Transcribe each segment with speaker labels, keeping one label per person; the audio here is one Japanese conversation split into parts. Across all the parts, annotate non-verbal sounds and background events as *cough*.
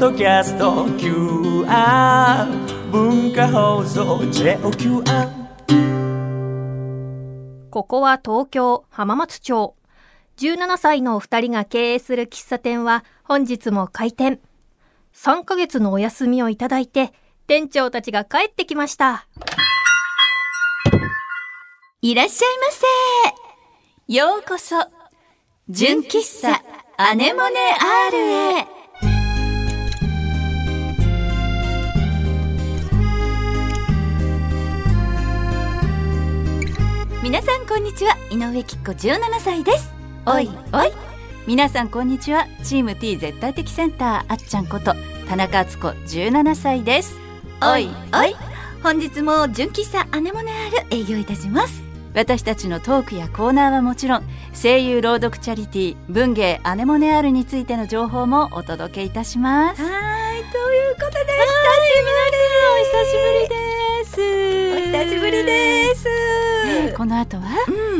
Speaker 1: ドキャスト QR 文化放送 JOQR
Speaker 2: ここは東京浜松町17歳のお二人が経営する喫茶店は本日も開店3ヶ月のお休みをいただいて店長たちが帰ってきました
Speaker 3: いらっしゃいませ。ようこそ、純喫茶アネモネ R へ。皆さんこんにちは、井上きっ子17歳です。おいおい。皆さんこんにちは、チーム T 絶対的センターあっちゃんこと田中敦子17歳です。おいおい。本日も純喫茶アネモネ R 営業いたします私たちのトークやコーナーはもちろん声優朗読チャリティー文芸アネモネアルについての情報もお届けいたしますはいということで久しぶりお久しぶりですお久しぶりです、ねえこの後は、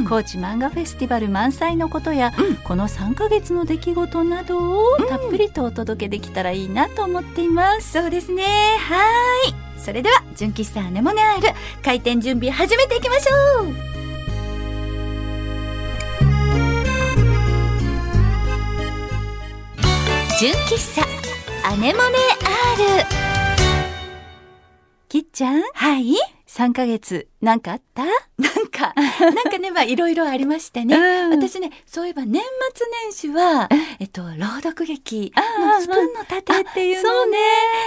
Speaker 3: 高知漫画フェスティバル満載のことや、この3ヶ月の出来事などをたっぷりとお届けできたらいいなと思っています、そうですねはいそれでは純喫茶アネモネアール開店準備始めていきましょう純喫茶アネモネアールきっちゃんはい3ヶ月なんかあった
Speaker 4: *laughs* なんか、なんかね、まあ、いろいろありましてね。私ね、そういえば年末年始は、えっと、朗読劇のスプーンの盾っていうのをね、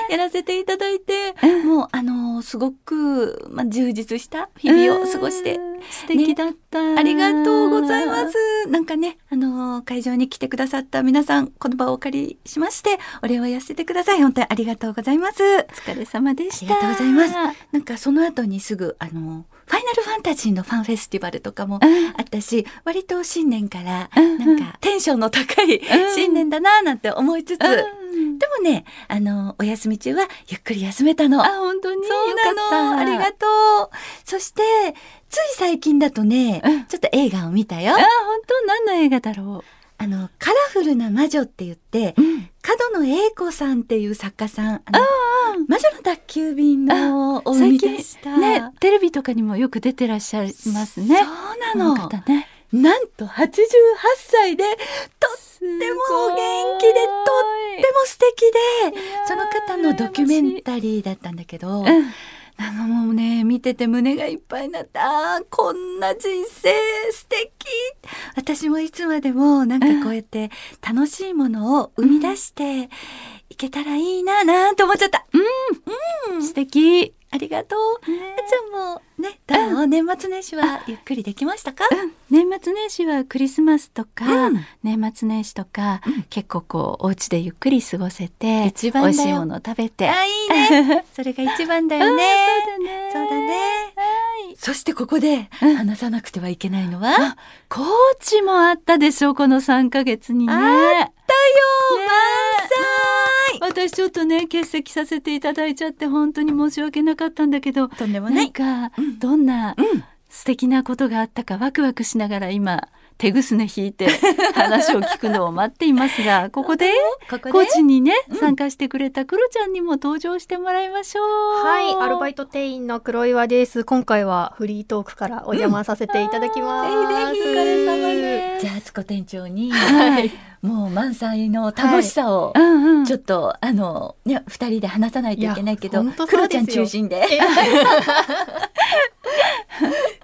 Speaker 4: やらせていただいて、もう、あのー、すごく、まあ、充実した日々を過ごして、
Speaker 3: 素敵だった、
Speaker 4: ありがとうございます。なんかね、あのー、会場に来てくださった皆さん、この場をお借りしまして、お礼を言わせてください。本当にありがとうございます。
Speaker 3: お疲れ様でした
Speaker 4: ありがとうございます。なんかその後にすぐ、あの、ファイナルファンタジーのファンフェスティバルとかもあったし、割と新年から、
Speaker 3: ん
Speaker 4: なんかテンションの高い新年だなぁなんて思いつつ、で
Speaker 3: うん
Speaker 4: もね、あの、お休み中はゆっくり休めたの。
Speaker 3: あ本当に
Speaker 4: そう
Speaker 3: よか
Speaker 4: な
Speaker 3: っ
Speaker 4: の。
Speaker 3: た
Speaker 4: ありがとう。そして、つい最近だとね、
Speaker 3: うん
Speaker 4: ちょっと映画を見たよ
Speaker 3: あ。本当何の映画だろ
Speaker 4: あの、カラフルな魔女って言って、
Speaker 3: う、うん、
Speaker 4: 角野栄子さんっていう作家さん。あの魔女の宅急便のを生み出した。
Speaker 3: ねテレビとかにもよく出てらっしゃいますね
Speaker 4: そう
Speaker 3: こ
Speaker 4: なの
Speaker 3: 方。ね
Speaker 4: なんと88歳で、とってもお元気で、とっても素敵で、その方のドキュメンタリーだったんだけど、
Speaker 3: うん
Speaker 4: なんかもうね、見てて胸がいっぱいになった。あーこんな人生素敵私もいつまでもなんかこうやって楽しいものを生み出していけたらいいなぁなんて思っちゃった。
Speaker 3: 素敵
Speaker 4: ありがとう。あっちゃんもね、どう年末年始はゆっくりできましたか
Speaker 3: 年末年始はクリスマスとか、
Speaker 4: うん
Speaker 3: 年末年始とか、
Speaker 4: うん
Speaker 3: 結構こうお家でゆっくり過ごせて
Speaker 4: 一番
Speaker 3: 美
Speaker 4: だよ
Speaker 3: 味しいものを食べて
Speaker 4: あ、いい *laughs* ね。それが一番だよね。
Speaker 3: ね
Speaker 4: そうだね。そしてここで
Speaker 3: うん
Speaker 4: 話さなくてはいけないのは、あ
Speaker 3: 高知もあったでしょうこの3ヶ月にね
Speaker 4: よ
Speaker 3: 私ちょっとね欠席させていただいちゃって本当に申し訳なかったんだけど
Speaker 4: 満載とんでも
Speaker 3: なん。か、どんな
Speaker 4: うん
Speaker 3: 素敵なことがあったかワクワクしながら今手ぐすね引
Speaker 4: *laughs*
Speaker 3: いて話を聞くのを待っていますがここで
Speaker 4: ここ
Speaker 3: コー
Speaker 4: で
Speaker 3: チにね、参加してくれたクロちゃんにも登場してもらいましょう
Speaker 2: はいアルバ
Speaker 3: イ
Speaker 2: イト店員の黒岩です今回はフリートークからお邪魔させていただきます、
Speaker 3: ぜひぜひお疲れ様です
Speaker 4: じゃあ、つこ店長に、
Speaker 3: はい、
Speaker 4: もう満載の楽しさを
Speaker 3: う、んうん
Speaker 4: ちょっと、あの、ね、二人で話さないといけないけど
Speaker 2: いや本当、
Speaker 4: ク
Speaker 2: そ
Speaker 4: ロ
Speaker 2: うです
Speaker 4: ちゃ
Speaker 2: よ
Speaker 4: ん中心で。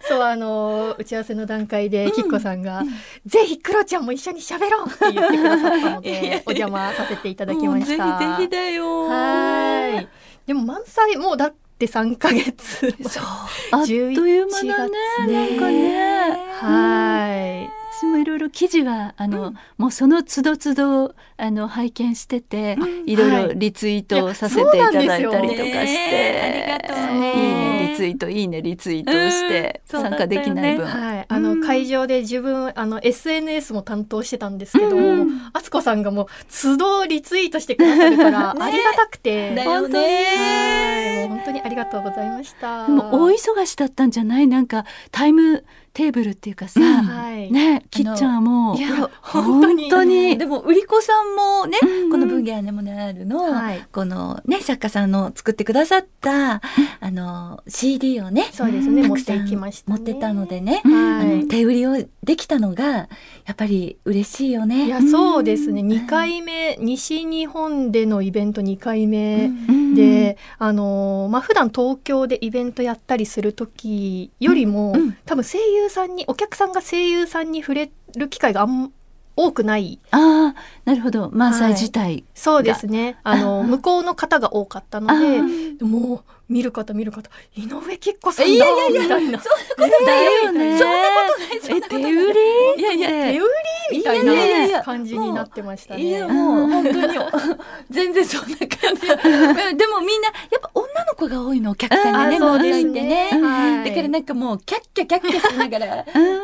Speaker 2: そうあの打ち合わせの段階できっこさんが、ぜひクロちゃんも一緒に喋ろうって言ってくださったの
Speaker 4: *laughs* いやいや
Speaker 2: でお邪魔させていただきました。
Speaker 3: もうぜひぜひだよ
Speaker 4: *laughs*
Speaker 2: はーい。でも満載もうだって三ヶ月。
Speaker 4: そう。
Speaker 3: あっという間だね
Speaker 2: 11月ね
Speaker 3: なんかね
Speaker 2: は
Speaker 3: 私もいろいろ記事はあの、もうその都度都度あの拝見してて、いろいろリツイートをさせていただいたりとかして、
Speaker 2: いや
Speaker 4: です
Speaker 2: そうなん
Speaker 4: よねありがとうね
Speaker 3: いいねリツイートいいねリツイートをして、
Speaker 4: うんそうだ
Speaker 3: 参
Speaker 4: った
Speaker 3: 加
Speaker 4: よね
Speaker 3: できない
Speaker 2: い。
Speaker 3: 分、
Speaker 2: はい。あの、会場で自分あの SNS も担当してたんですけど、
Speaker 3: うん
Speaker 2: あつこさんがもう都度リツイートしてくださるから、
Speaker 4: *laughs*
Speaker 2: ありがたくて。
Speaker 4: だ
Speaker 2: は
Speaker 4: よね。
Speaker 2: い。もう本当にありがとうございました。
Speaker 3: でも大忙しだったんじゃないなんかタイムテーブルっていうかさ、
Speaker 4: うん
Speaker 2: はい。
Speaker 3: ねきっちゃんはもう
Speaker 4: いや
Speaker 2: 本当に
Speaker 3: 本当に
Speaker 4: でも売り子さんもね、
Speaker 3: うんうん
Speaker 4: この文芸アネモネアールの、
Speaker 2: はい。
Speaker 4: このね作家さんの作ってくださった、あの CD をね
Speaker 2: そうですね。
Speaker 4: た
Speaker 2: 持
Speaker 4: く
Speaker 2: って
Speaker 4: さん
Speaker 2: いきました、
Speaker 4: 持
Speaker 2: ね。
Speaker 4: ってたので。ね、
Speaker 2: は
Speaker 4: あの
Speaker 2: い。
Speaker 4: 手売りをできたのがやっぱり嬉しいよね。
Speaker 2: いや、そうですね。二回目、西日本でのイベント二回
Speaker 4: うん
Speaker 2: 目。
Speaker 3: うん
Speaker 2: で、あのーまあ、普段東京でイベントやったりする時よりも、
Speaker 4: うんうん
Speaker 2: 多分声優さんにお客さんが声優さんに触れる機会があん多くない
Speaker 3: ああなるほど満
Speaker 2: は
Speaker 3: 載
Speaker 2: い
Speaker 3: 自体、
Speaker 2: そうですね
Speaker 4: *laughs*
Speaker 2: あの向こうの方が多かったの
Speaker 3: あ
Speaker 2: で
Speaker 3: ー
Speaker 2: もう見る方見る方井上貴子さんだみたいな
Speaker 3: だよ
Speaker 4: そん
Speaker 3: ね
Speaker 4: なことないそんな
Speaker 3: え
Speaker 4: こと
Speaker 3: 手
Speaker 4: ない
Speaker 3: 売り
Speaker 4: いやいや
Speaker 2: 手売りみたい
Speaker 4: いやいやい
Speaker 2: な
Speaker 4: や
Speaker 2: 感じになってました
Speaker 4: いや
Speaker 2: ね。
Speaker 4: もう
Speaker 3: うん
Speaker 4: 本当に *laughs* 全然そんな感じうんでもみんなやっぱ女の子が多いのお客さんがね
Speaker 2: あそう
Speaker 4: 漫
Speaker 2: です
Speaker 4: 才っ
Speaker 2: ね
Speaker 4: てね、
Speaker 2: はい
Speaker 4: だからなんかもうキャッキャキャッキャしながら
Speaker 2: い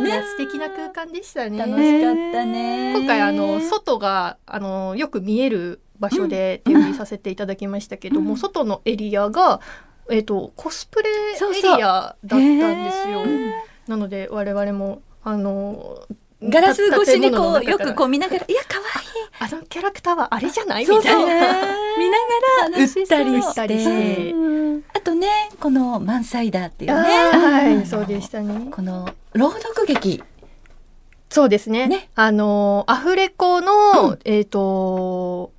Speaker 3: ね
Speaker 2: や素敵な空間でしたね。
Speaker 4: 楽しかったね
Speaker 2: 今回あの外があのよく見える場所で手売りさせていただきましたけども、
Speaker 4: うん
Speaker 2: 外のエリアが、えっとコスプレ
Speaker 4: そう
Speaker 2: エ
Speaker 4: そう
Speaker 2: リアだったんですよ。
Speaker 4: うん
Speaker 2: なので我々もあの
Speaker 4: ガラス越しにこう
Speaker 2: 建物の中
Speaker 4: よ
Speaker 2: から
Speaker 4: くこう見ながら「いや可
Speaker 2: あのキャラクターはあれじゃな
Speaker 4: 愛い
Speaker 2: いみたいな。
Speaker 4: 見ながら売
Speaker 3: 楽
Speaker 4: っ
Speaker 3: しそう
Speaker 4: たりし
Speaker 2: 売ったりして
Speaker 4: てあとねこの「満載だ」っていうね
Speaker 2: は
Speaker 4: あの
Speaker 2: い、そうでしたね。
Speaker 4: この朗読劇
Speaker 2: そうですね。
Speaker 4: ね
Speaker 2: あのアフレコの、えっ、と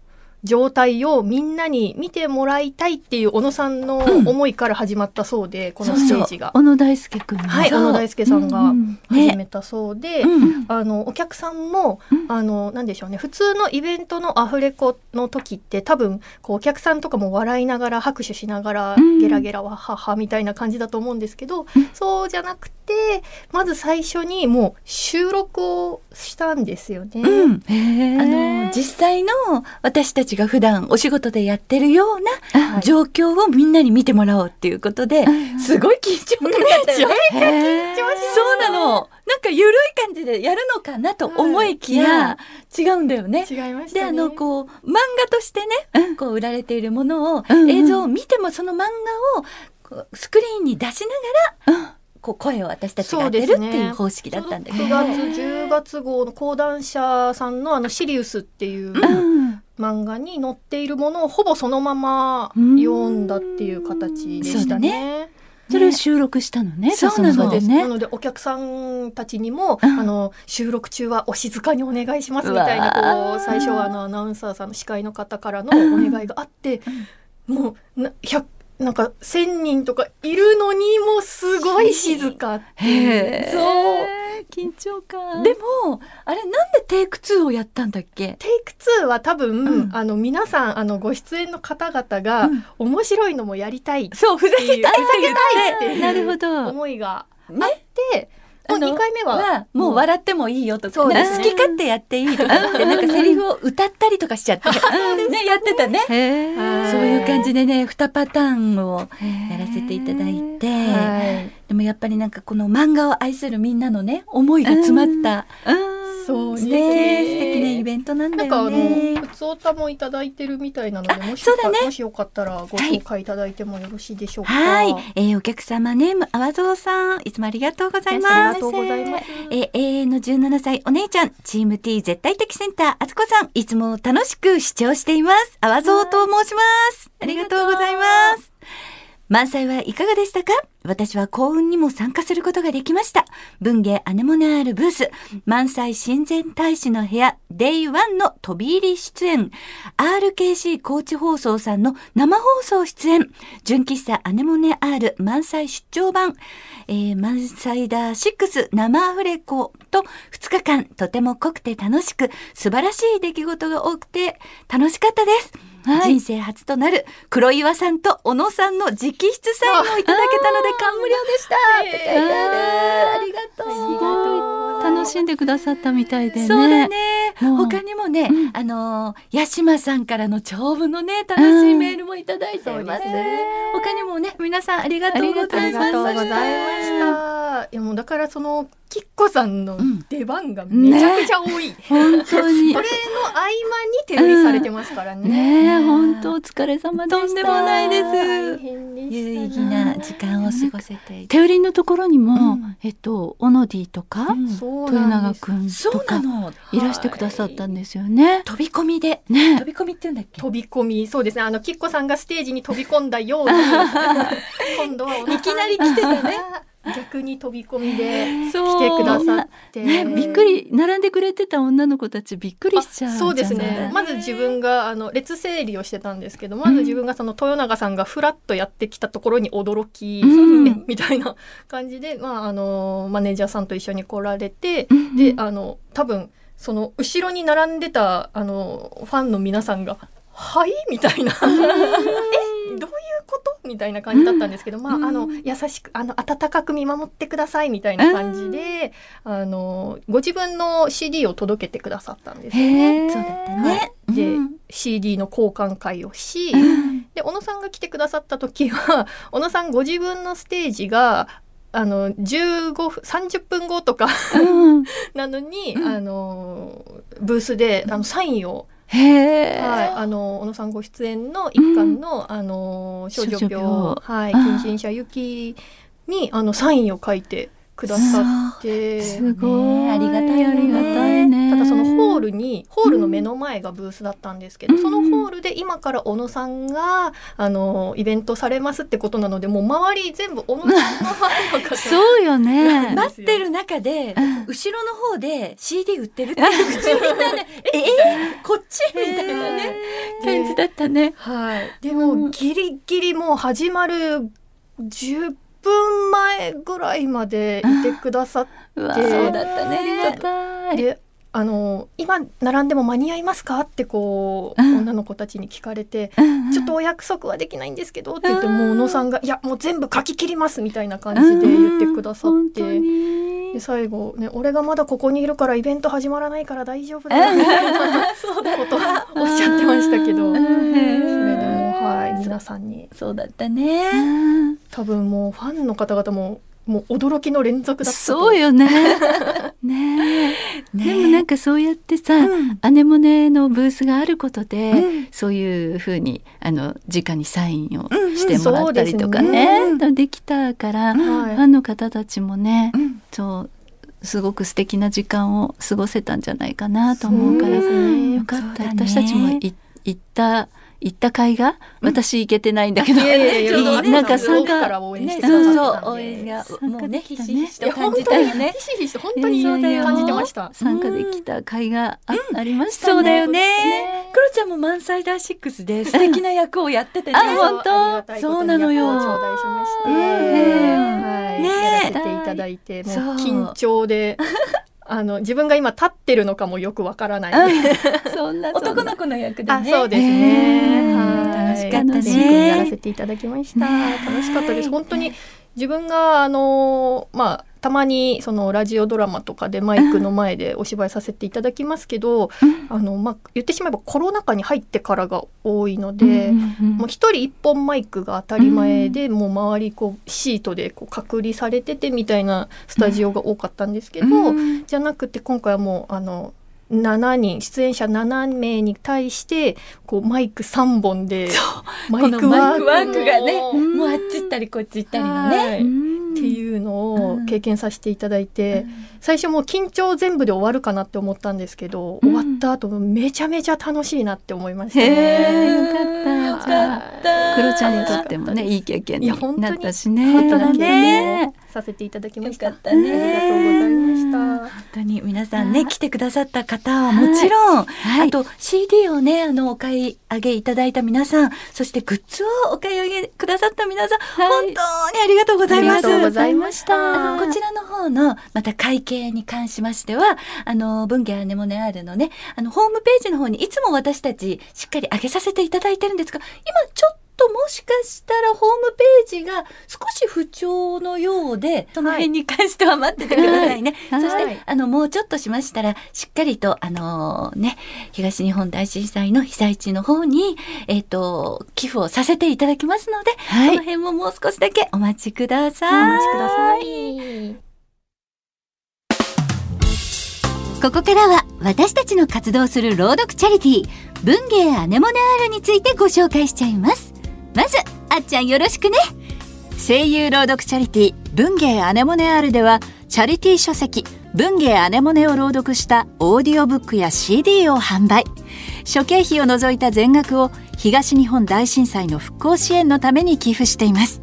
Speaker 2: 状態をみんなに見てもらいたいっていう小野さんの
Speaker 4: うん
Speaker 2: 思いから始まったそうで、この
Speaker 4: そう
Speaker 2: ステ
Speaker 4: そう
Speaker 2: ージが。
Speaker 3: 小野大輔くんね
Speaker 2: はい、
Speaker 4: そ
Speaker 2: 小
Speaker 4: う
Speaker 2: 野大輔さん
Speaker 3: う
Speaker 2: が
Speaker 3: ん
Speaker 4: ね
Speaker 2: 始めたそうで、
Speaker 4: うん
Speaker 2: あのお客さんも、
Speaker 3: うん
Speaker 2: あのなんでしょうね普通のイベントのアフレコの時って多分こうお客さんとかも笑いながら拍手しながら、
Speaker 3: うん
Speaker 2: ゲラゲラわははみたいな感じだと思うんですけど、そうじゃなくてまず最初にもう収録をしたんですよね。
Speaker 4: うん
Speaker 3: へ
Speaker 4: あ
Speaker 3: ー
Speaker 4: の実際の私たちが普段お仕事でやってるよう
Speaker 2: は
Speaker 4: ない状況をみんなに見てもらおうっていうことで、
Speaker 3: うん
Speaker 4: すごい緊張感だったよね。
Speaker 3: へー
Speaker 4: そうなの。なんか緩い感じでやるのかなと思いきや、違うんだよね。
Speaker 2: 違いまし
Speaker 4: で
Speaker 2: たね。
Speaker 4: あのこう漫画として
Speaker 3: う
Speaker 4: ねこう売られているものを
Speaker 3: うんうん
Speaker 4: 映像を見てもその漫画をこうスクリーンに出しなが
Speaker 3: うん
Speaker 4: らこう声を私たちが
Speaker 2: そ
Speaker 4: 当
Speaker 2: うで
Speaker 4: て
Speaker 2: す
Speaker 4: る
Speaker 2: ね
Speaker 4: っていう方式だったんだけど
Speaker 2: 6月10月号の講談社さんのあのシリウスっていう
Speaker 3: うん
Speaker 2: 漫画に載っているものをほぼそのまま
Speaker 3: うん
Speaker 2: 読んだっていう形でしたね。
Speaker 3: それを収録したのね
Speaker 4: そうなの
Speaker 3: そ
Speaker 2: そうう
Speaker 3: で
Speaker 2: です
Speaker 3: ね
Speaker 2: なのでお客さんたちにも、
Speaker 3: うん
Speaker 2: あの収録中はお静かにお願いしますみたいう
Speaker 4: わ
Speaker 2: な
Speaker 4: ー
Speaker 2: こう最初はあのアナウンサーさんの司会の方からのお願いがあって、もうな100なんか1,000人とかいるのにもうすごい静かっていう。
Speaker 3: へー
Speaker 4: そう
Speaker 3: 緊張感
Speaker 4: でもあれなんでテイク2をやったんだっけ
Speaker 2: テイク2は多分、
Speaker 4: うん
Speaker 2: あの皆さんあのご出演の方々が、
Speaker 4: うん
Speaker 2: 面白いのもやりたいって
Speaker 4: そうふざ
Speaker 2: いう
Speaker 4: ふざけ
Speaker 2: っていう
Speaker 3: なるほど
Speaker 2: 思いがあっ
Speaker 4: ね
Speaker 2: て、もう
Speaker 4: あの
Speaker 2: 2回目は
Speaker 4: はもう笑ってもいいよとか、
Speaker 2: そう
Speaker 4: な
Speaker 2: で
Speaker 4: ん
Speaker 2: す
Speaker 4: か好
Speaker 2: ね
Speaker 4: き勝手やっていいとかってなんかセリフを歌ったりとかし *laughs* ちゃって、ねやってたね。
Speaker 3: へ
Speaker 2: は
Speaker 3: ー
Speaker 4: そういう感じでね2パターンをや
Speaker 3: や
Speaker 4: らせていただいて、
Speaker 2: はい
Speaker 4: でもやっぱりなんかこの漫画を愛するみんなのね思いが詰まった、
Speaker 2: そうです
Speaker 4: ね
Speaker 2: ね
Speaker 4: 素敵なイベントなんだ
Speaker 2: なんかあ
Speaker 4: よ
Speaker 2: の、
Speaker 4: ね。
Speaker 2: 普通歌もいただいてるみたいなので、もし
Speaker 4: そう
Speaker 2: よ
Speaker 4: だ
Speaker 2: か、
Speaker 4: ね
Speaker 2: もしよかったらご紹介いただいてもよろしいでしょうか。
Speaker 4: はい
Speaker 2: あ、
Speaker 4: えーお客様ネームあわぞうさんいつもありがとうござい
Speaker 2: り
Speaker 4: ます。
Speaker 2: がとうございます。
Speaker 4: えー永遠の17歳お姉ちゃん、チーム T 絶対的センター、あつこさん、いつも楽しく視聴しています。あわぞうと申します。ありがとうございます。満載はいかがでしたか私は幸運にも参加することができました。文芸アネモネアールブース、満載親善大使の部屋、デイワンの飛び入り出演、RKC 高知放送さんの生放送出演、純喫茶アネモネアール満載出張版、えー、満載ダー6生アフレコと2日間とても濃くて楽しく素晴らしい出来事が多くて楽しかったです。
Speaker 3: はい
Speaker 4: 人生初となる黒岩さんと小野さんの直筆サインをいただけたので感無量でしたって書いてある。ありがとう。
Speaker 2: ありがとうございま
Speaker 3: 楽
Speaker 2: す。
Speaker 3: しんでくださったみたいでね
Speaker 4: そうだね。
Speaker 3: もう
Speaker 4: 他にもね、
Speaker 3: うん
Speaker 4: あのー、八島さんからの長文のね、楽しいメールもいただいています。
Speaker 2: うんそうですね
Speaker 4: 他にもね、皆さんありがとうござ
Speaker 2: あ
Speaker 4: い
Speaker 2: り
Speaker 4: ます。
Speaker 2: がとうございました。いやもうだからそのきっこさんの
Speaker 4: うん
Speaker 2: 出番がめちゃくちゃ多い。
Speaker 4: *laughs*
Speaker 3: 本当に
Speaker 2: これの合間に手売りされてますからね。
Speaker 3: ねえ本当お疲れ様でした
Speaker 4: とんでもないです
Speaker 2: 大変で
Speaker 4: 有意
Speaker 2: し
Speaker 4: 義
Speaker 2: たな
Speaker 4: な時間を過ごせていて。
Speaker 3: 手売りのところにも、
Speaker 4: うん
Speaker 3: えっとオノディとか、
Speaker 4: うん
Speaker 2: そう
Speaker 3: 豊
Speaker 2: なん
Speaker 3: 永
Speaker 2: です。
Speaker 3: くん
Speaker 4: そ
Speaker 3: と
Speaker 4: うな
Speaker 3: か
Speaker 4: の。
Speaker 3: いらしてくださったんですよね。
Speaker 4: 飛び込みで。
Speaker 3: ね
Speaker 4: 飛び込みって言うんだっけ
Speaker 2: 飛び込み、そうですね。あの、きっこさんがステージに飛び込ん
Speaker 4: *laughs*
Speaker 2: だように、今度はお
Speaker 4: いきなり来てたね。
Speaker 2: 逆に飛び込みで
Speaker 3: そ
Speaker 2: 来てくださって。
Speaker 3: ね、びっくり並んでくれてた女の子たちびっくりしちゃう
Speaker 2: あそうです
Speaker 3: じゃな
Speaker 2: ね
Speaker 3: い
Speaker 2: まず自分があの列整理をしてたんですけどまず自分がその豊永さんがふらっとやってきたところに驚き、
Speaker 3: うん
Speaker 2: え *laughs* みたいな感じで、まあ、あのマネージャーさんと一緒に来られて、
Speaker 3: うん
Speaker 2: であの多分その後ろに並んでたあのファンの皆さんが「はい?」みたいな *laughs* 「えどういうこと?」みたいな感じだったんですけど、まあ、
Speaker 3: うん
Speaker 2: あの優しくあの温かく見守ってくださいみたいな感じで、あのご自分の CD を届けてくださったんですよね。
Speaker 3: へえ
Speaker 4: そうだったね。
Speaker 2: で、
Speaker 4: うん
Speaker 2: CD の交換会をし、
Speaker 4: うん
Speaker 2: で小野さんが来てくださった時は *laughs* 小野さんご自分のステージがあの15分30分後とか *laughs*
Speaker 3: うん
Speaker 2: なのに、
Speaker 4: うん
Speaker 2: あのブースであのサインを、
Speaker 3: へえ、
Speaker 2: はい、あの小野さんご出演の一巻の,、あの少女
Speaker 3: 少
Speaker 2: 病
Speaker 3: 女病
Speaker 2: はい、
Speaker 3: あー
Speaker 2: 近親者ゆきにあのサインを書いてくださって。
Speaker 3: すごい、
Speaker 4: ねありがたいよね
Speaker 3: ありがたいね
Speaker 2: ただそのホールにホールの目の前がブースだったんですけど、
Speaker 3: うん
Speaker 2: そのホールで今から小野さんがあのイベントされますってことなのでもう周り全部小野さんのファンの方
Speaker 3: そうよ
Speaker 2: *laughs*
Speaker 3: ね
Speaker 2: な
Speaker 4: 待ってる中で、後ろの方で CD 売ってる
Speaker 3: *laughs*
Speaker 4: って、普通みんなね、 *laughs* えー、こっちみたいなね。
Speaker 3: 感じだったね
Speaker 2: はい、で
Speaker 3: う
Speaker 2: も
Speaker 3: ん
Speaker 2: ギリギリもう始まる10分前ぐらいまでいてくださっ
Speaker 3: うわ
Speaker 2: で
Speaker 3: そうだったねあ
Speaker 2: あり
Speaker 3: りが
Speaker 2: が
Speaker 3: たい
Speaker 2: て。あの今並んでも間に合いますかってこう
Speaker 3: うん
Speaker 2: 女の子たちに聞かれて
Speaker 3: うん
Speaker 2: ちょっとお約束はできないんですけどって言って、
Speaker 3: うん
Speaker 2: もう小野さんが、いや、もう全部書き切りますみたいな感じで言ってくださ
Speaker 3: うん
Speaker 2: っ
Speaker 3: 本当
Speaker 2: て、
Speaker 3: に
Speaker 2: で最後、ね、俺がまだここにいるからイベント始まらないから大丈夫だよみたいなことをおっしゃってましたけど、
Speaker 3: う
Speaker 2: それで
Speaker 3: ん
Speaker 2: も、はい、皆さんに、
Speaker 4: そうだった
Speaker 3: う
Speaker 4: ね。
Speaker 3: ん
Speaker 2: 多分もうファンの方々も、もう驚きの連続だったと
Speaker 3: そう
Speaker 2: *laughs*
Speaker 3: よねねえでもなん
Speaker 4: か、
Speaker 3: かそうやってさ、
Speaker 4: うん
Speaker 3: アネモネのブースがあることで、
Speaker 4: うん
Speaker 3: そういうふうにあの直にサインを
Speaker 4: うんうん
Speaker 3: してもらったりとか
Speaker 4: そう
Speaker 3: ね
Speaker 4: です
Speaker 3: できたから、フ
Speaker 2: はい
Speaker 3: ァンの方たちもね、
Speaker 4: うん
Speaker 3: そうすごく素敵な時間を過ごせたんじゃないかなと思うからよ
Speaker 2: そうですね
Speaker 3: かった、
Speaker 4: そうだね
Speaker 3: 私たちもい行った行った会が、私行けてないんだけど、
Speaker 2: いやいやいや
Speaker 3: ちょうどね
Speaker 2: な
Speaker 3: なん
Speaker 2: ん
Speaker 3: か
Speaker 2: か
Speaker 3: 参
Speaker 2: 参
Speaker 3: 加
Speaker 2: 加応援し
Speaker 4: ね、
Speaker 2: てくだ
Speaker 4: そう
Speaker 2: さ
Speaker 4: そ
Speaker 2: って
Speaker 4: う、
Speaker 2: たん
Speaker 4: 応援
Speaker 2: で。
Speaker 4: が
Speaker 3: 参加
Speaker 4: もうね、
Speaker 3: でき
Speaker 4: ひ
Speaker 3: たね
Speaker 4: しひし
Speaker 2: い
Speaker 4: と
Speaker 2: や
Speaker 4: 感
Speaker 2: 本
Speaker 4: じ
Speaker 2: 当
Speaker 4: た
Speaker 2: に
Speaker 4: よ
Speaker 2: ね
Speaker 4: ね。
Speaker 2: ひしひしと本当に
Speaker 3: そうだよ
Speaker 2: 感じてました。
Speaker 3: 参加できた会があ,、ありましたね。
Speaker 4: そうだよね。
Speaker 3: ね
Speaker 4: クロちゃんも満載ダーシックスで素敵な役をやっててね。
Speaker 3: あ本当
Speaker 2: そうなのよ。頂戴しまして、
Speaker 3: うん
Speaker 2: はい、
Speaker 4: ねえ
Speaker 2: やらせていただいて、もう
Speaker 3: そう
Speaker 2: 緊張で、 *laughs* あの自分が今立ってるのかもよくわからない。
Speaker 3: そんな
Speaker 4: 男の子の役で
Speaker 2: あ、
Speaker 4: ね。
Speaker 2: そうですね。
Speaker 3: えー
Speaker 2: はい
Speaker 4: 楽しかったね
Speaker 2: 楽しくやらせていただきました。楽しかったです。本当に自分があのまあ。たまにそのラジオドラマとかでマイクの前でお芝居させていただきますけど、あのまあ、言ってしまえばコロナ禍に入ってからが多いので、もう一人一本マイクが当たり前で、もう周りこうシートでこう隔離されててみたいなスタジオが多かったんですけど、じゃなくて今回はもうあの7人出演者7名に対してこうマイク3本でマ
Speaker 4: このマイクワークがね、
Speaker 2: の
Speaker 4: もうあっち行ったりこっち行ったりのね。
Speaker 2: はいっていうのを経験させていただいて、最初もう緊張全部で終わるかなって思ったんですけど、
Speaker 3: うん
Speaker 2: 終わった後めちゃめちゃ楽しいなって思いました
Speaker 3: へ
Speaker 2: ね。
Speaker 3: えーよかった
Speaker 4: よかった。
Speaker 3: クロちゃんにとってもねいい経験
Speaker 2: い
Speaker 3: に
Speaker 2: や本当に
Speaker 3: なったしね。
Speaker 2: 本当だ
Speaker 4: ね
Speaker 2: させていただきま
Speaker 4: よ
Speaker 2: し
Speaker 4: か
Speaker 2: た。
Speaker 4: ったね。
Speaker 2: ありがとうございました。
Speaker 4: 本当に皆さん
Speaker 3: は
Speaker 4: ね
Speaker 3: い
Speaker 4: 来てくださった方はもちろん、
Speaker 3: はい
Speaker 4: あと CD をねあのお買い上げいただいた皆さんそしてグッズをお買い上げくださった皆さん、本当にありがとうございます。
Speaker 2: ありがとうございました
Speaker 4: あのこちらの方のまた会計に関しましてはあの文芸アネモネアールのねあのホームページの方にいつも私たちしっかり上げさせていただいてるんですが今ちょっともしかしたらホームページが少し不調のようで、その辺に関しては待っててください *laughs* ね。
Speaker 3: はい
Speaker 4: そして、
Speaker 2: はい
Speaker 4: あの、もうちょっとしましたら、しっかりと、あのね、東日本大震災の被災地の方に、えっ、と、寄付をさせていただきますので、
Speaker 3: はい
Speaker 4: その辺ももう少しだけお待ちください。
Speaker 2: お待ちください。
Speaker 3: ここからは私たちの活動する朗読チャリティー文芸アネモネアールについてご紹介しちゃいますまずあっちゃんよろしくね声優朗読チャリティー文芸アネモネアールではチャリティー書籍文芸アネモネを朗読したオーディオブックや CD を販売諸経費を除いた全額を東日本大震災の復興支援のために寄付しています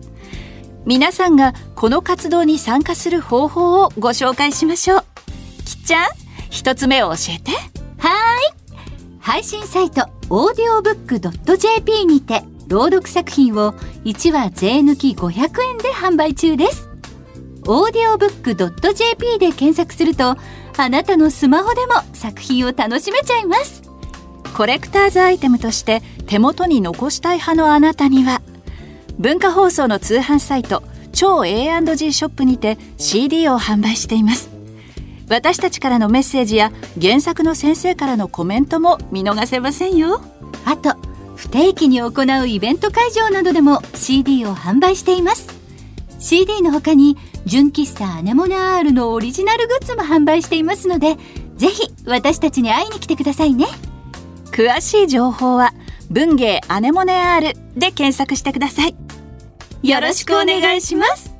Speaker 3: 皆さんがこの活動に参加する方法をご紹介しましょうきっちゃん一つ目を教えて
Speaker 5: 配信サイトオーディオブックドット JP にて朗読作品を1話税抜き500円で販売中ですオーディオブックドット JP で検索するとあなたのスマホでも作品を楽しめちゃいます
Speaker 3: コレクターズアイテムとして手元に残したい派のあなたには文化放送の通販サイト超 A&G ショップにて CD を販売しています私たちからのメッセージや原作の先生からのコメントも見逃せませんよ
Speaker 5: あと不定期に行うイベント会場などでも CD を販売しています CD の他に純喫茶アネモネアールのオリジナルグッズも販売していますのでぜひ私たちに会いに来てくださいね
Speaker 3: 詳しい情報は文芸アネモネ R で検索してくださいよろしくお願いします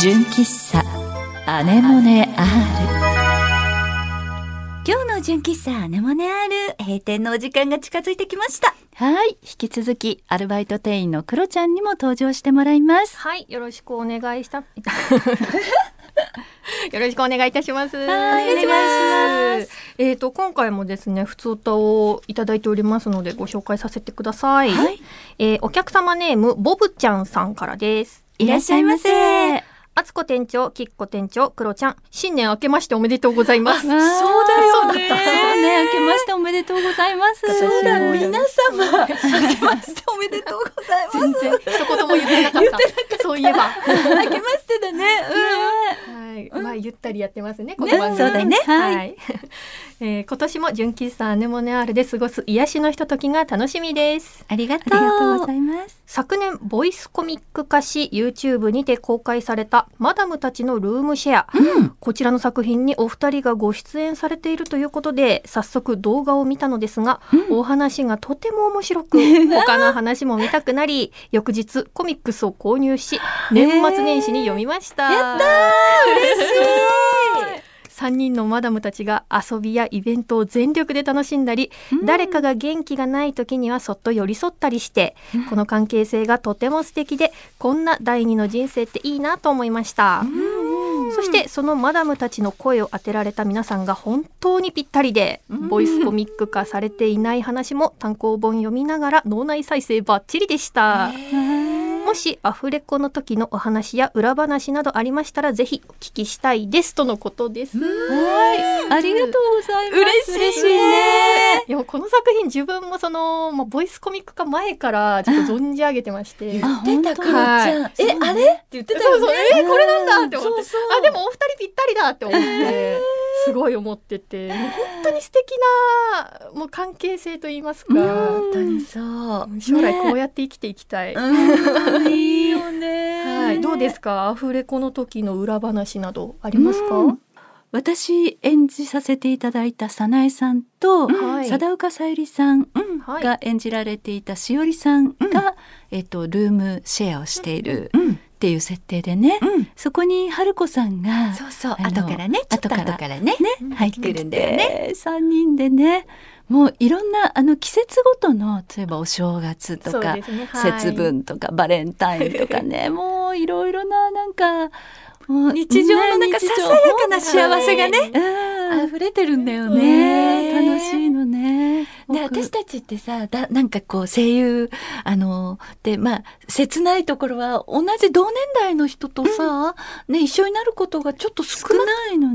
Speaker 4: 純喫茶アネモネ R
Speaker 5: 今日の純喫茶アネモネアール閉店のお時間が近づいてきました
Speaker 3: はい引き続きアルバイト店員のクロちゃんにも登場してもらいます
Speaker 2: はい、よろしくお願いした。よろしくお願いいたします。お願いします。えっ、と今回もですね、普通歌をいただいておりますのでご紹介させてください。
Speaker 4: はい
Speaker 2: えーお客様ネームボブちゃんさんからです。
Speaker 4: いらっしゃいませ
Speaker 2: あつこ店長、きっこ店長、クロちゃん、新年明けましておめでとうございます。そう
Speaker 4: そう
Speaker 2: だよ
Speaker 4: そうね明けましておめでとうございます
Speaker 2: そうだ
Speaker 4: 皆様明けましておめでとうございます全然
Speaker 2: 一言も言ってなかった。そういえば。は
Speaker 4: 明けましてだね
Speaker 2: い、まあゆったりやってますね。
Speaker 4: うん
Speaker 2: この番組
Speaker 4: そうだね
Speaker 2: はい、
Speaker 4: はい
Speaker 2: *laughs* えー今年も純喫茶アネモネアールで過ごす癒しのひとときが楽しみです。
Speaker 4: ありがと
Speaker 5: ありがとうござ
Speaker 4: います
Speaker 2: 昨年ボイスコミック化し YouTube にて公開されたマダムたちのルームシェア、こちらの作品にお二人がご出演されているということで早速動画を見たのですが、お話がとても面白 *laughs* く他の話も見たくなり翌日コミックスを購入し年末年始に読みました、やった3人のマダムたちが遊びやイベントを全力で楽しんだり、誰かが元気がない時にはそっと寄り添ったりして、この関係性がとても素敵でこんな第二の人生っていいなと思いました。そしてそのマダムたちの声を当てられた皆さんが本当にぴったりで、ボイスコミック化されていない話も単行本読みながら脳内再生バッチリでした。もしアフレコの時のお話や裏話などありましたらぜひお聞きしたいですとのことです。
Speaker 4: はいありがとうございます
Speaker 2: 嬉しいね
Speaker 4: ね
Speaker 2: いやこの作品自分もその、まあ、ボイスコミック化前からちょっと存じ上げてまして。
Speaker 4: あ出たクロち
Speaker 2: はい
Speaker 4: ゃんえあれって言ってたよね
Speaker 2: そうそうえーこれなんだって思っ
Speaker 4: う
Speaker 2: て
Speaker 4: んそうそう
Speaker 2: あでもお二人ぴったりだって思って。すごい思ってて、もう本当に素敵なもう関係性といいますか、
Speaker 4: 本当にそう
Speaker 2: 将来こう
Speaker 4: や
Speaker 2: やって生きていきたい。
Speaker 4: うんいいよね
Speaker 2: はい、どうですか、アフレコの時の裏話などありますか。
Speaker 4: うん私演じさせていただいた早苗さんと、
Speaker 2: はい
Speaker 4: 貞岡さゆりさん
Speaker 2: はい
Speaker 4: が演じられていたしおりさんが、えっと、ルームシェアをしているっていう設定でね、そこに春子さんが
Speaker 3: そうそう
Speaker 4: あの
Speaker 3: ねちょっ
Speaker 4: 後
Speaker 3: と
Speaker 4: から
Speaker 3: 後からね
Speaker 4: 入ってくるんだよね3人でねもういろんなあの季節ごとの例えばお正月と
Speaker 2: そう
Speaker 4: か、
Speaker 2: ですねはい
Speaker 4: 節分とかバレンタインとか *laughs* ねもういろいろななんかもう日常のなんかささやかな
Speaker 3: 幸せが
Speaker 4: ね、うん
Speaker 3: 溢れてるんだよ
Speaker 4: ねえ楽しいのね。
Speaker 3: で
Speaker 4: 僕
Speaker 3: 私
Speaker 4: たちってさだなんかこう声優あのでまあ切ないところは同じ同年代の人とさ、ね一緒になることがちょっと少ないの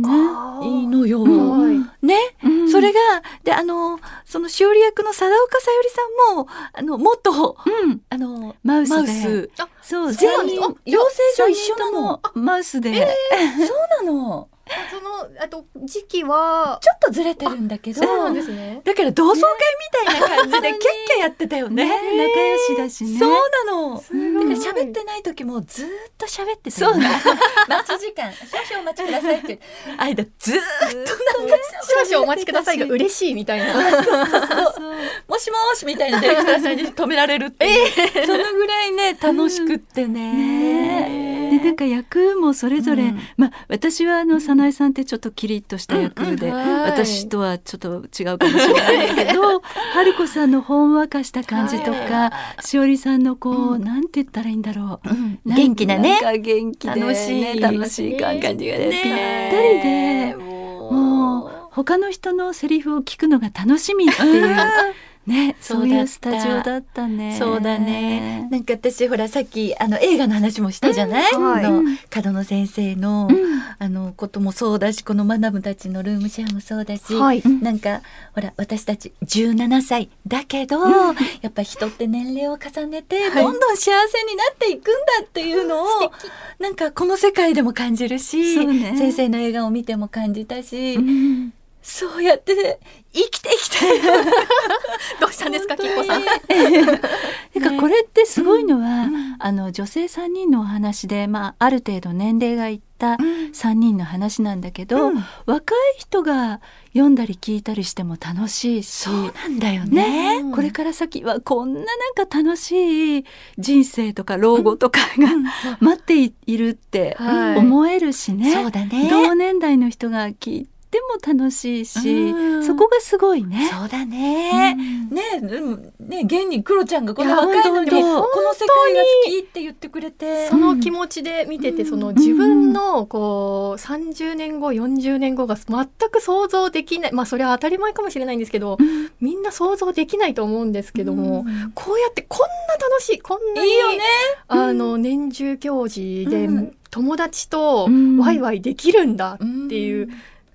Speaker 2: あー
Speaker 4: ねいいのよ。
Speaker 2: はい
Speaker 4: ね、そ
Speaker 3: それ
Speaker 4: れがであのそのしおり役の貞岡さゆりさんもあの元あの
Speaker 3: マ
Speaker 4: マ
Speaker 3: ウス
Speaker 4: ウ
Speaker 3: で
Speaker 4: ス
Speaker 2: あ
Speaker 4: そう
Speaker 2: そうな
Speaker 4: 全
Speaker 2: んです
Speaker 4: 員
Speaker 2: あ
Speaker 4: 養成所一
Speaker 2: 三人
Speaker 4: 緒
Speaker 2: と
Speaker 4: な
Speaker 2: も
Speaker 4: のマウスで、そうなの
Speaker 2: そのあと時期は
Speaker 4: ちょっとずれてるんだけど
Speaker 2: そうなんですね
Speaker 4: だから同窓会みたいな感じでキャッキャやってたよね。
Speaker 3: 仲良しだしね
Speaker 4: そうなの。だか
Speaker 2: ごい
Speaker 4: ら喋ってない時もずーっと喋ってたよね。 *laughs* 待ち時間少々お待ちください *laughs* って間ずーっとなんか
Speaker 2: 少々お待ちくださいが嬉しいみたいな
Speaker 4: もしもーしみたいなディレクターさんに止められるっていう、そのぐらいね楽しくってね。
Speaker 3: でなんか役もそれぞれ、
Speaker 4: うん
Speaker 3: まあ私はあの早苗さんってちょっとキリッとした役で、
Speaker 2: うんうんはい
Speaker 3: 私とはちょっと違うかもしれないけど春子さんのほんわかした感じとかしおりさんのこう、なんて言ったらいいんだろうなん
Speaker 4: 元気なね
Speaker 3: なんか元気で、ね、
Speaker 4: 楽しい
Speaker 3: 楽しい感じがねぴったりでもう他の人のセリフを聞くのが楽しみっていうね
Speaker 4: そうだった
Speaker 3: そういうスタジオだったね
Speaker 4: そうだね。 *laughs* なんか私ほらさっきあの映画の話もしたじゃない、
Speaker 2: うんはい
Speaker 4: あの角野先生の、あのこともそうだしこのマダムたちのルームシェアもそうだし、
Speaker 2: はい
Speaker 4: なんかほら私たち17歳だけど、やっぱ人って年齢を重ねてどんどん幸せになっていくんだっていうのを、なんかこの世界でも感じるし、
Speaker 3: そうね
Speaker 4: 先生の映画を見ても感じたし、
Speaker 3: うん
Speaker 4: そうやって生きていきたいな
Speaker 2: どうしたんですかきっこさん
Speaker 3: なんかこれってすごいのは、あの女性3人のお話で、まあ、ある程度年齢がいった3人の話なんだけど、若い人が読んだり聞いたりしても楽しいし。
Speaker 4: なんだよ
Speaker 3: ね、
Speaker 2: うん
Speaker 3: これから先はこんななんか楽しい人生とか老後とかが、待っていいるって
Speaker 2: はい
Speaker 3: 思えるしね、
Speaker 4: そうだね。
Speaker 3: 同年代の人が聞いても楽しいし、
Speaker 4: うん
Speaker 3: そこがすごいね。
Speaker 4: そうだね。ねえ、でもね、現にクロちゃんがこの若いのに
Speaker 3: いや
Speaker 4: も
Speaker 3: 本
Speaker 4: この世界が好きって言ってくれて
Speaker 2: そ、の気持ちで見てて、その自分のこう30年後40年後が全く想像できないまあそれは当たり前かもしれないんですけど、みんな想像できないと思うんですけども、こうやってこんな楽しいこんなに
Speaker 4: いいよね。
Speaker 2: あの年中行事で
Speaker 4: うん
Speaker 2: 友達と
Speaker 3: うん
Speaker 2: ワイワイできるんだ
Speaker 4: っ
Speaker 2: っていう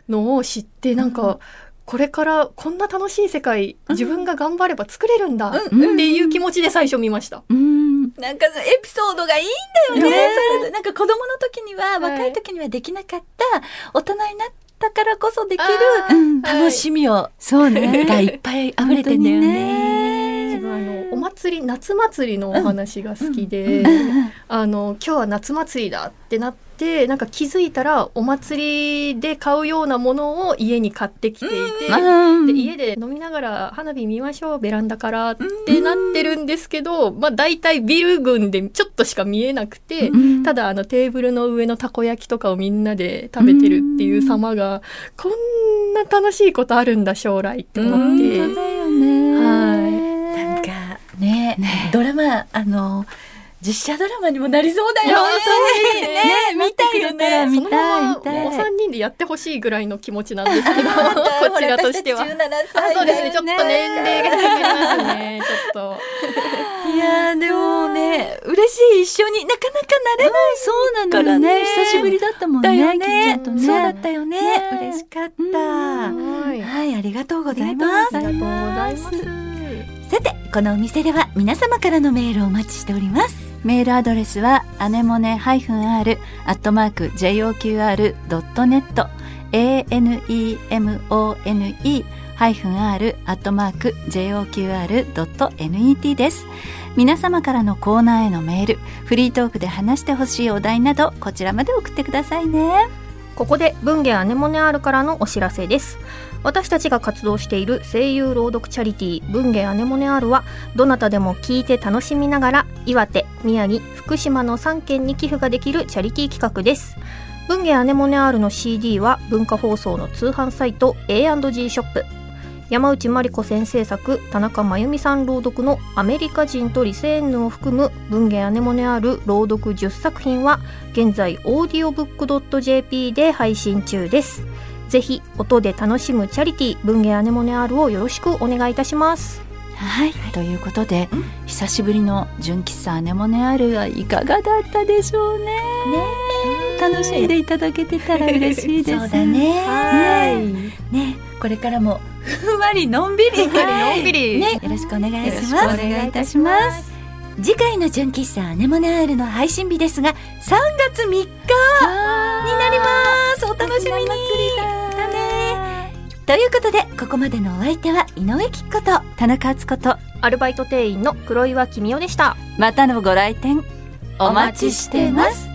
Speaker 2: のを知ってなんかこれからこんな楽しい世界自分が頑張れば作れるんだって
Speaker 4: うん
Speaker 3: うん
Speaker 2: いう気持ちで最初見ました。
Speaker 3: うん
Speaker 4: なんかそのエピソードがいいんだよね。それなんか子供の時には、
Speaker 2: はい
Speaker 4: 若い時にはできなかった、大人になったからこそできる
Speaker 2: あ
Speaker 3: う
Speaker 2: ー
Speaker 3: ん
Speaker 2: はい
Speaker 4: 楽しみを、
Speaker 3: そう
Speaker 4: *laughs*
Speaker 3: ね。
Speaker 4: がいっぱい溢れてんだよね。
Speaker 2: 自分あのお祭り夏祭りのお話が好きで、あの今日は夏祭りだってなってなんか気づいたらお祭りで買うようなものを家に買ってきていて、で家で飲みながら花火見ましょうベランダからってなってるんですけど、まあ、大体ビル群でちょっとしか見えなくて、
Speaker 3: うん
Speaker 2: ただあのテーブルの上のたこ焼きとかをみんなで食べてるっていう様がこんな楽しいことあるんだ将来って思って。
Speaker 3: 本当だよね。
Speaker 2: は
Speaker 4: なんかねドラマあの実写ドラマにもなりそうだよね。
Speaker 2: 当にね
Speaker 4: ね見たいよね。
Speaker 2: そのまま
Speaker 3: 見たい見たい
Speaker 2: お三人でやってほしいぐらいの気持ちなんですけどこちらとしては。
Speaker 4: 17
Speaker 2: あ
Speaker 4: 歳
Speaker 2: そうですね。ちょっと年齢が違いますね。ちょっ
Speaker 4: いやーでもね嬉しい一緒になかなかなれない
Speaker 3: そうなのよね。久しぶりだったもん
Speaker 4: だ
Speaker 3: ね。
Speaker 4: よね
Speaker 3: きっとね。
Speaker 4: そうだったよね
Speaker 3: ね
Speaker 4: 嬉しかっ
Speaker 3: う
Speaker 4: た
Speaker 2: と。
Speaker 3: ん
Speaker 2: はい
Speaker 4: はいありがとうござい
Speaker 3: あ
Speaker 4: ます
Speaker 2: ありがとうござい
Speaker 3: りがとうご
Speaker 2: ます。
Speaker 4: さてこのお店では皆様からのメールをお待ちしております
Speaker 3: メールアドレスはアネモネ -r アットマーク joqr.net anemone -r アットマーク joqr.net です皆様からのコーナーへのメールフリートークで話してほしいお題などこちらまで送ってくださいね
Speaker 2: ここで文芸アネモネアールからのお知らせです私たちが活動している声優朗読チャリティー文芸アネモネアールはどなたでも聞いて楽しみながら岩手宮城福島の3県に寄付ができるチャリティー企画です文芸アネモネアールの CD は文化放送の通販サイト A&G ショップ山内真理子先生作田中真由美さん朗読の「アメリカ人とリセーヌ」を含む文芸アネモネアール朗読10作品は現在オーディオブックドット JP で配信中ですぜひ音で楽しむチャリティー文芸アネモネ R をよろしくお願いいたします
Speaker 3: はい、ということで、久しぶりの純喫茶アネモネアールはいかがだったでしょうね楽しんでいただけてたら嬉しいです
Speaker 4: そうだね
Speaker 3: はい
Speaker 4: ねこれからもふんわりのんびり
Speaker 2: のんびり
Speaker 4: ねよろしくお願い
Speaker 3: よろ
Speaker 4: し
Speaker 3: しくお
Speaker 4: ます
Speaker 3: 願いいたします
Speaker 4: 次回の純喫茶アネモネアールの配信日ですが3月3日になりますお楽しみにということでここまでのお相手は井上貴子と田中敦子と
Speaker 5: アルバイト店員の黒岩君代でした
Speaker 4: またのご来店お
Speaker 3: お
Speaker 4: 待
Speaker 3: 待
Speaker 4: ち
Speaker 3: ち
Speaker 4: し
Speaker 3: してて
Speaker 4: ま
Speaker 3: ます